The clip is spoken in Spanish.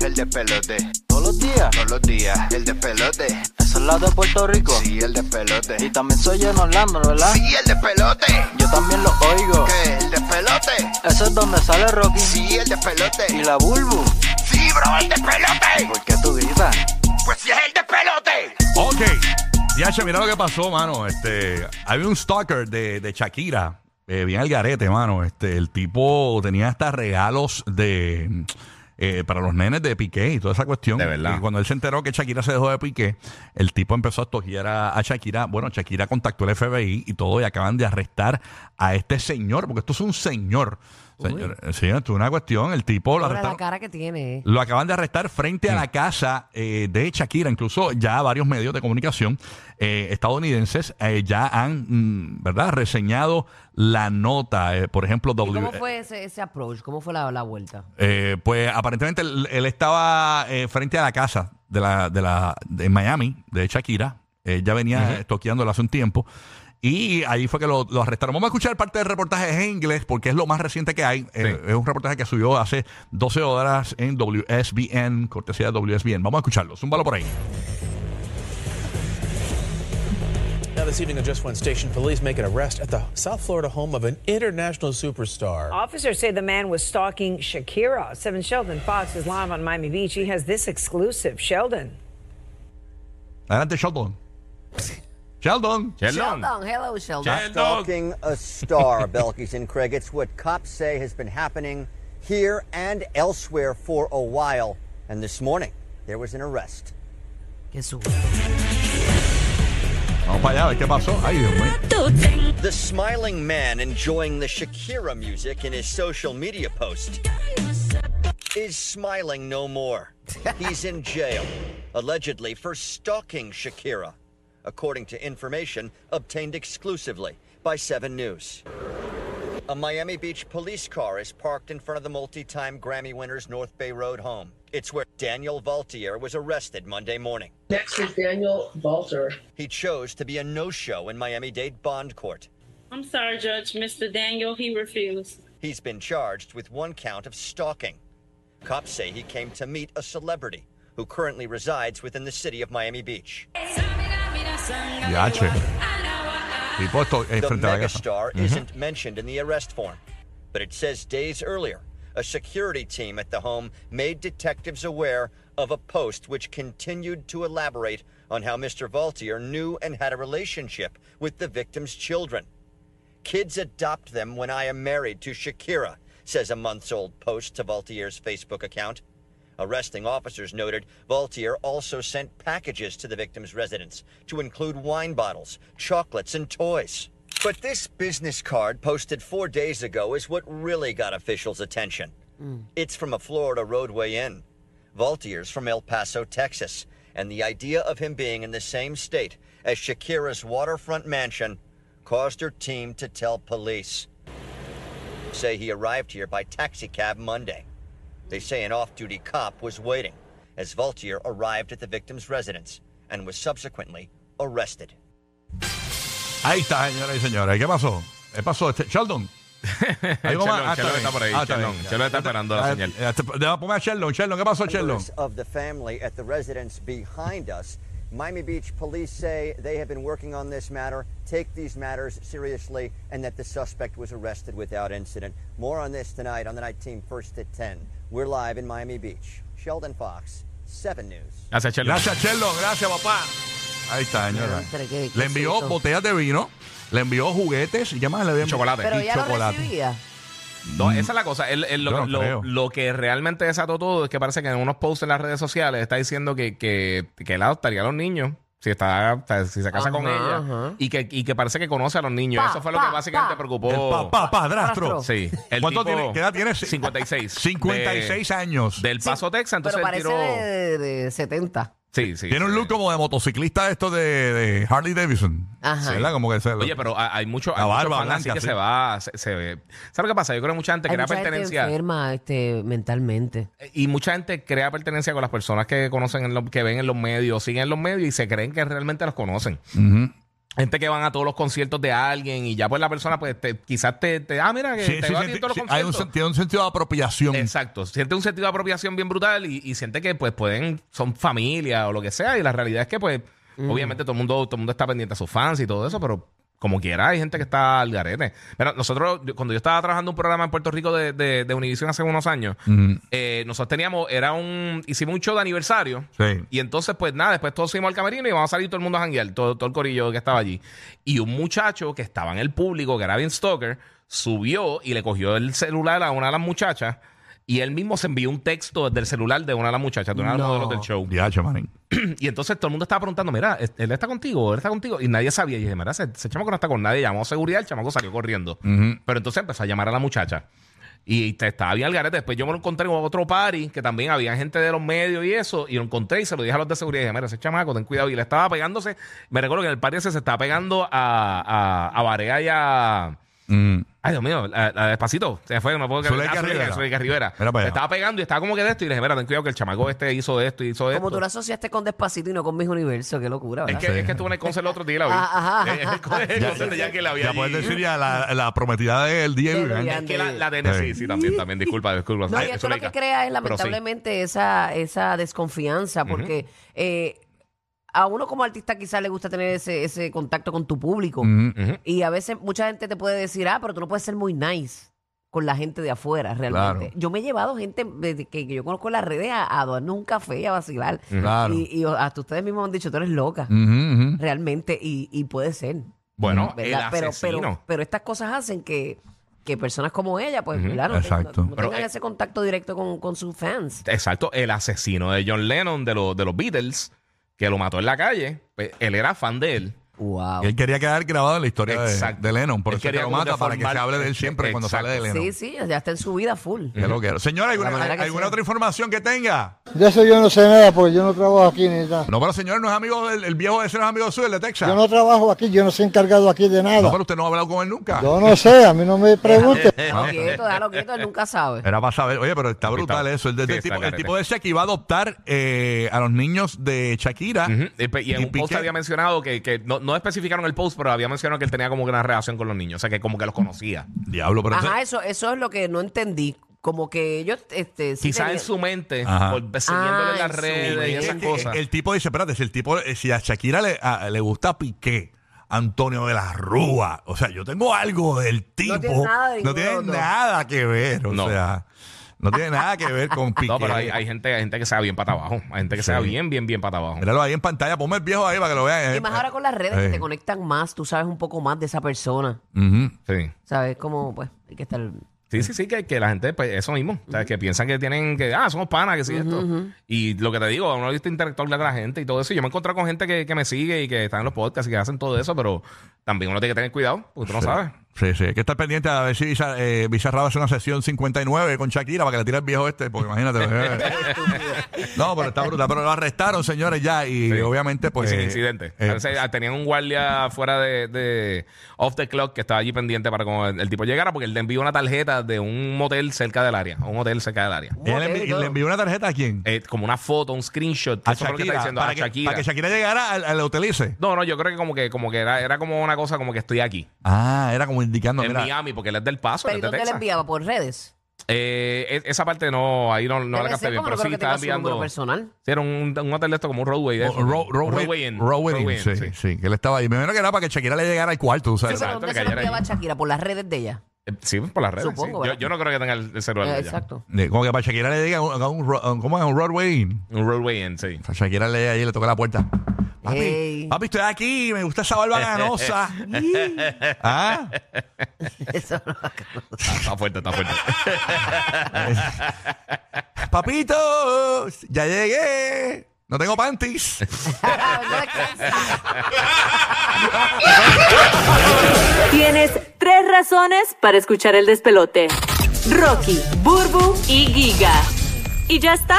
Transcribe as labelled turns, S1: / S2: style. S1: el despelote. Todos los días, todos los días, el despelote.
S2: Eso es la de Puerto Rico.
S1: Sí, el despelote.
S2: Y también soy en Orlando, ¿verdad?
S1: Sí, el despelote.
S2: Yo también lo oigo.
S1: ¿Qué? El despelote.
S2: Eso es donde sale Rocky.
S1: Sí, el despelote.
S2: Y la Bulbu.
S1: Sí, bro, el despelote.
S2: ¿Por qué tú gritas?
S1: Pues sí, es el despelote.
S3: Ok. Yache, mira lo que pasó, mano. Este, había un stalker de, de Shakira. eh, bien al garete, mano. Este, el tipo tenía hasta regalos de eh, para los nenes de Piqué y toda esa cuestión.
S4: De verdad.
S3: Y cuando él se enteró que Shakira se dejó de Piqué, el tipo empezó a estogiar a, a Shakira. Bueno, Shakira contactó el FBI y todo, y acaban de arrestar a este señor, porque esto es un señor. Señor, eh, sí, esto es una cuestión. El tipo lo
S5: Ahora la
S3: arrestaron-
S5: cara que tiene. eh.
S3: lo acaban de arrestar frente a la casa eh, de Shakira. Incluso ya varios medios de comunicación eh, estadounidenses eh, ya han, mm, ¿verdad?, reseñado la nota. Eh, por ejemplo,
S5: ¿Y
S3: W.
S5: ¿Cómo fue ese, ese approach? ¿Cómo fue la, la vuelta?
S3: eh, pues aparentemente él, él estaba eh, frente a la casa de la, de la de Miami, de Shakira. Eh, ya venía eh, toqueándola hace un tiempo. Y ahí fue que lo, lo arrestaron. Vamos a escuchar parte del reportaje en inglés porque es lo más reciente que hay. Eh, es un reportaje que subió hace 12 horas en WSBN, cortesía de WSBN. Vamos a escucharlo. Zúmbalo por ahí.
S6: Now, this evening on Just One Station, police make an arrest at the South Florida home of an international superstar.
S7: Officers say the man was stalking Shakira. Seven Sheldon Fox is live on Miami Beach. He has this exclusive. Sheldon.
S3: Adelante, Sheldon. Sheldon.
S4: Sheldon.
S5: hello Sheldon.
S4: Sheldon.
S8: stalking a star, Belkis and Craig. It's what cops say has been happening here and elsewhere for a while. And this morning, there was an arrest.
S5: Qué susto.
S3: Vamos para allá, a ver qué pasó. Ay, Dios mío.
S8: The smiling man enjoying the Shakira music in his social media post is smiling no more. He's in jail, allegedly for stalking Shakira, according to information obtained exclusively by 7 News. A Miami Beach police car is parked in front of the multi time Grammy winner's North Bay Road home. It's where Daniel Valtier was arrested Monday morning.
S9: Next is Daniel Balter.
S8: He chose to be a no show in Miami Dade Bond Court.
S9: I'm sorry, Judge. Mr. Daniel, he refused.
S8: He's been charged with one count of stalking. Cops say he came to meet a celebrity who currently resides within the city of Miami Beach.
S3: Yache. Tipo esto eh,
S8: The
S3: frente a la casa.
S8: megastar isn't mentioned in the arrest form, but it says days earlier, a security team at the home made detectives aware of a post which continued to elaborate on how Mr. Valtier knew and had a relationship with the victim's children. Kids adopt them when I am married to Shakira, says a months old post to Valtier's Facebook account. Arresting officers noted Valtier also sent packages to the victim's residence to include wine bottles, chocolates, and toys. But this business card posted four days ago is what really got officials' attention. It's from a Florida roadway inn. Valtier's from El Paso, Texas, and the idea of him being in the same state as Shakira's waterfront mansion caused her team to tell police. Say he arrived here by taxicab Monday. They say an off duty cop was waiting as Valtier arrived at the victim's residence and was subsequently arrested.
S3: Ahí está, señoras y señores. ¿Qué pasó? ¿Qué pasó? Este, Sheldon.
S4: Sheldon, Sheldon está por ahí,
S3: Ah,
S4: Sheldon. Sheldon
S3: Este,
S4: está esperando la señal.
S3: señal. Ponme este, a Sheldon. Sheldon, ¿qué pasó, Sheldon?
S8: Members of the family at the residence behind us. Miami Beach police say they have been working on this matter, take these matters seriously, and that the suspect was arrested without incident. More on this tonight on the night team first at 10. We're live in Miami Beach. Sheldon Fox, 7 News.
S4: Gracias, Sheldon.
S3: Gracias, Sheldon. Gracias, papá. Ahí está, señora.
S5: Diantre, qué- qué
S3: Le envió
S5: susto.
S3: botellas de vino, le envió juguetes y qué más le envió.
S4: Chocolate.
S5: Pero
S3: y
S5: ya lo
S3: chocolate.
S5: recibía.
S4: No, esa es la cosa. Él- él
S3: Yo
S4: lo,
S3: no
S4: lo-
S3: creo.
S4: lo que realmente desató todo es que parece que en unos posts en las redes sociales está diciendo que, que, que él adoptaría a los niños. Si, está, si se casa con
S5: Ajá,
S4: ella.
S5: ajá.
S4: Y, que, y que parece que conoce a los niños.
S5: Pa,
S4: Eso fue lo
S5: pa,
S4: que básicamente
S5: pa.
S4: preocupó.
S3: El papá, padrastro.
S5: Padrastro.
S4: Sí. El
S3: ¿Cuánto
S4: tipo-
S3: tiene? ¿Qué edad tiene?
S4: 56.
S3: 56
S4: De-
S3: años.
S4: Del Paso, Texas. Entonces
S5: Pero
S4: él
S5: parece
S4: tiró.
S5: de, de- de 70.
S4: Sí, sí.
S3: tiene un
S4: sí.
S3: look como de motociclista esto de, de Harley Davidson.
S5: Ajá.
S3: ¿Verdad? Como que se
S4: Oye, pero ha- hay mucho, hay
S3: La
S4: mucho
S3: barba
S4: fan así
S3: blanca,
S4: que
S3: sí.
S4: se va, se, se ve. ¿Sabes lo que pasa? Yo creo que mucha gente
S5: Hay
S4: crea
S5: mucha gente
S4: pertenencia.
S5: enferma este, mentalmente.
S4: Y mucha gente crea pertenencia con las personas que conocen, en lo- que ven en los medios, siguen en los medios y se creen que realmente los conocen. Gente que van a todos los conciertos de alguien y ya pues la persona pues te- quizás te, te- ah mira que
S3: Sí,
S4: te
S3: sí,
S4: va a ti
S3: siente-
S4: todos los
S3: sí, hay un,
S4: conciertos.
S3: sen- tiene un sentido de apropiación.
S4: Exacto. Siente un sentido de apropiación bien brutal y, y siente que pues pueden, son familia o lo que sea. Y la realidad es que, pues, obviamente todo el mundo, todo el mundo está pendiente a sus fans y todo eso, pero como quiera, hay gente que está al garete. Pero nosotros, yo- cuando yo estaba trabajando un programa en Puerto Rico de, de, de Univision hace unos años, eh, nosotros teníamos, era un, hicimos un show de aniversario.
S3: Sí.
S4: Y entonces, pues nada, después todos fuimos al camerino y vamos a salir todo el mundo a janguear, todo, todo el corillo que estaba allí. Y un muchacho que estaba en el público, que era bien stalker, subió y le cogió el celular a una de las muchachas y él mismo se envió un texto del celular de una de las muchachas, de una de las
S5: No.
S4: modelos del show.
S3: Diache, manín.
S4: Y entonces todo el mundo estaba preguntando, mira, ¿est- él está contigo, él está contigo. Y nadie sabía. Y dije, mira, ese, ese chamaco no está con nadie. Llamó a seguridad, el chamaco salió corriendo. Pero entonces empezó a llamar a la muchacha. Y te- estaba bien al garete. Después yo me lo encontré en otro party, que también había gente de los medios y eso. Y lo encontré y se lo dije a los de seguridad. Y dije, mira, ese chamaco, ten cuidado. Y le estaba pegándose. Me recuerdo que en el party ese se estaba pegando a, a, a Barea y a...
S3: Mm.
S4: Ay, Dios mío, la, la despacito. Se fue, no puedo creer.
S3: Zuleika
S4: Ah, Zuleika,
S3: Rivera.
S4: Zuleika Rivera.
S3: Mira para allá.
S4: Me estaba pegando y estaba como que de esto. Y le dije, mira, ten cuidado que el chamaco este hizo esto y hizo esto.
S5: Como tú lo asociaste con Despacito y no con Mis Universo, qué locura,
S4: Es
S5: ¿verdad?
S4: que,
S3: Sí.
S4: es que estuvo en el concert el otro día y la vi.
S5: Ah, ajá,
S4: Eh, el concert- el concert de Yankee la vi
S3: Ya
S4: allí.
S3: puedes decir ya la, la prometida del día
S5: De
S3: Vivian.
S5: Vivian.
S4: Es que la, la de Nessie, sí, también, también. Disculpa, disculpa.
S5: No,
S4: Ay,
S5: y esto lo que
S4: Zuleika.
S5: crea es
S4: Pero sí.
S5: lamentablemente esa, esa desconfianza, porque eh, a uno como artista quizás le gusta tener ese, ese contacto con tu público.
S3: Mm.
S4: Ujú.
S5: Y a veces mucha gente te puede decir, ah, pero tú no puedes ser muy nice con la gente de afuera, realmente.
S3: Claro.
S5: Yo me he llevado gente de- que, que yo conozco en las redes a, a darnos un café y a vacilar.
S3: Claro.
S5: Y, y hasta ustedes mismos han dicho, tú eres loca,
S3: Ujú, ujú.
S5: realmente, y, y puede ser.
S4: Bueno, el
S5: ¿verdad? Pero,
S4: asesino.
S5: pero, pero estas cosas hacen que, que personas como ella, pues, ¿verdad? No,
S3: Exacto.
S5: no- no
S4: Pero,
S5: tengan
S4: eh,
S5: ese contacto directo con, con sus fans.
S4: Exacto, el asesino de John Lennon, de, los de los Beatles, que lo mató en la calle. Pues, él era fan de él.
S5: Wow.
S3: Y Él quería quedar grabado en la historia de,
S4: Exacto.
S3: de Lennon, por
S4: Él
S3: eso es que
S4: quería
S3: lo
S4: como
S3: mata, para que se
S4: deformar-
S3: hable de él siempre cuando
S4: Exacto.
S3: sale de Lennon.
S5: Sí, sí, ya está en su vida full.
S3: Qué loquero. Señora, ¿alguna,
S5: La manera que
S3: alguna
S5: sea.
S3: otra información que tenga?
S10: De eso yo no sé nada porque yo no trabajo aquí ni nada.
S3: No, pero señor, no es amigo del el viejo ese, no es amigo suyo, el de Texas.
S10: Yo no trabajo aquí, yo no soy encargado aquí de
S3: No,
S10: nada.
S3: pero usted no ha hablado con él nunca.
S10: Yo no sé, a mí no me pregunte.
S4: Eh,
S5: Déjalo quieto, déjalo quieto, él nunca sabe.
S3: Era para saber, oye, pero está brutal
S4: Está-
S3: eso. El, de-
S4: sí,
S3: el
S4: está
S3: tipo, el
S4: carete.
S3: tipo decía que iba a adoptar eh, a los niños de Shakira.
S4: Ujú. Y, pe- y en
S3: Y
S4: un post
S3: Piqué.
S4: había mencionado que, que no, no especificaron el post, pero había mencionado que él tenía como que una relación con los niños. O sea, que como que los conocía.
S3: Diablo, pero
S5: Ajá,
S3: entonces-
S5: eso, eso es lo que no entendí. Como que ellos, este, sí
S4: Quizás en
S5: tenían-
S4: su mente,
S3: Ajá.
S4: por siguiéndole
S5: Ah,
S4: las
S5: en su
S4: redes y
S5: mente.
S4: esas
S3: Es que
S4: cosas.
S3: El tipo dice, espérate, si el tipo, eh, si a Shakira le, a- le gusta Piqué, Antonio de la Rúa, o sea, yo tengo algo del tipo,
S5: tiene nada de
S3: no
S5: ninguno
S3: tiene
S5: de los dos.
S3: nada que ver, o
S4: No.
S3: sea, no tiene nada que ver con Piqué.
S4: No, pero hay, hay gente, hay gente que se va bien para abajo. Hay gente que se va
S3: Sí.
S4: bien, bien, bien para abajo.
S3: Míralo ahí en pantalla, ponme el viejo ahí para que lo vean.
S5: Y más ahora con las redes
S3: Eh.
S5: que te conectan más, tú sabes un poco más de esa persona.
S3: Ujú.
S4: Sí.
S5: ¿Sabes? Como, pues, hay que estar.
S4: Sí, sí, sí, que, que la gente, pues, eso mismo. O sea, que piensan que tienen que, ah, somos panas, que sí, esto. Y lo que te digo, uno visto interactuar con la gente y todo eso. Yo me he encontrado con gente que, que me sigue y que está en los podcasts y que hacen todo eso, pero también uno tiene que tener cuidado, porque tú no sabes.
S3: Sí, sí, hay que estar pendiente a ver si Bizar- eh, Bizarrap hace una sesión 59 con Shakira para que le tire el viejo este, porque imagínate. no, pero está brutal. Pero lo arrestaron, señores, ya, y
S4: Sí.
S3: obviamente, pues.
S4: y sin incidente.
S3: eh,
S4: A veces, ah, tenían un guardia fuera de, de off the clock que estaba allí pendiente para como el, el tipo llegara, porque él le envió una tarjeta de un motel cerca del área, un hotel cerca del área.
S3: ella le, envi- le envió una tarjeta a quién?
S4: Eh, como una foto, un screenshot.
S3: a
S4: eso fue lo que está
S3: Shakira,
S4: diciendo,
S3: para,
S4: a
S3: que,
S4: Shakira.
S3: para que Shakira llegara al, al hotel Ice.
S4: No, no, yo creo que como que, como que era, era como una cosa como que estoy aquí.
S3: Ah, era como indicando,
S4: en
S3: mira.
S4: Miami, porque él es del paso.
S5: Pero
S4: él
S5: ¿y
S4: es de
S5: dónde le
S4: Texas.
S5: enviaba? ¿Por redes?
S4: Eh, es- esa parte no, ahí no, no la
S5: Debe
S4: capté
S5: ser,
S4: bien,
S5: porque
S4: pero
S5: no creo
S4: sí
S5: que
S4: estaba
S5: tenga su número
S4: enviando.
S5: personal.
S4: Sí, era un, un hotel de esto como un roadway. de
S3: O-
S4: eso.
S3: Row- Row-
S4: Roadway Inn.
S3: Row-
S4: Roadway
S3: Inn,
S4: Inn,
S3: sí, sí, que él estaba ahí. Me imagino que era para que Shakira le llegara al cuarto, tú
S5: Sí,
S3: sabes.
S5: pero
S4: Exacto,
S5: ¿dónde
S4: que
S5: se lo
S4: ayer ahí.
S5: enviaba a Shakira? Por las redes de ella.
S4: Eh, Sí, por las redes. sí.
S5: Supongo,
S4: Yo,
S5: ¿verdad?
S4: yo no creo que tenga el, el celular.
S5: Eh,
S4: de ella.
S5: exacto.
S3: Eh, Como que para Shakira le llegue a un, a un ro- a un- ¿cómo es? Un Broadway.
S4: Un roadway Inn, sí.
S3: A Shakira le llega ahí y le toca la puerta. Papi,
S5: Ey.
S3: papi, estoy aquí, me gusta esa barba ganosa. ah,
S5: Eso no.
S4: Está, está fuerte, está fuerte.
S3: papito, ya llegué. No tengo panties.
S4: Ah,
S11: Tienes tres razones para escuchar el despelote. Rocky, Burbu y Giga. Y ya está.